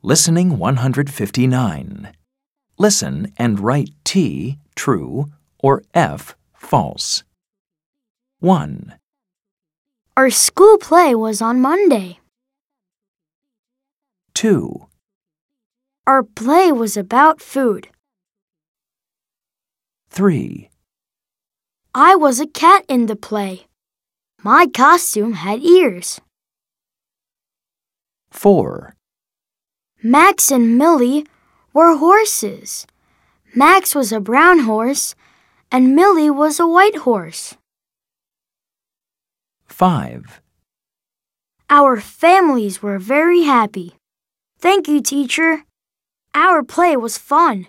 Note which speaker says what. Speaker 1: Listening 159. Listen and write T true or F false. 1,
Speaker 2: Our school play was on Monday.
Speaker 1: 2,
Speaker 2: Our play was about food.
Speaker 1: 3,
Speaker 2: I was a cat in the play. My costume had ears.
Speaker 1: 4,
Speaker 2: Max and Millie were horses. Max was a brown horse, and Millie was a white horse.
Speaker 1: 5,
Speaker 2: Our families were very happy. Thank you, teacher. Our play was fun.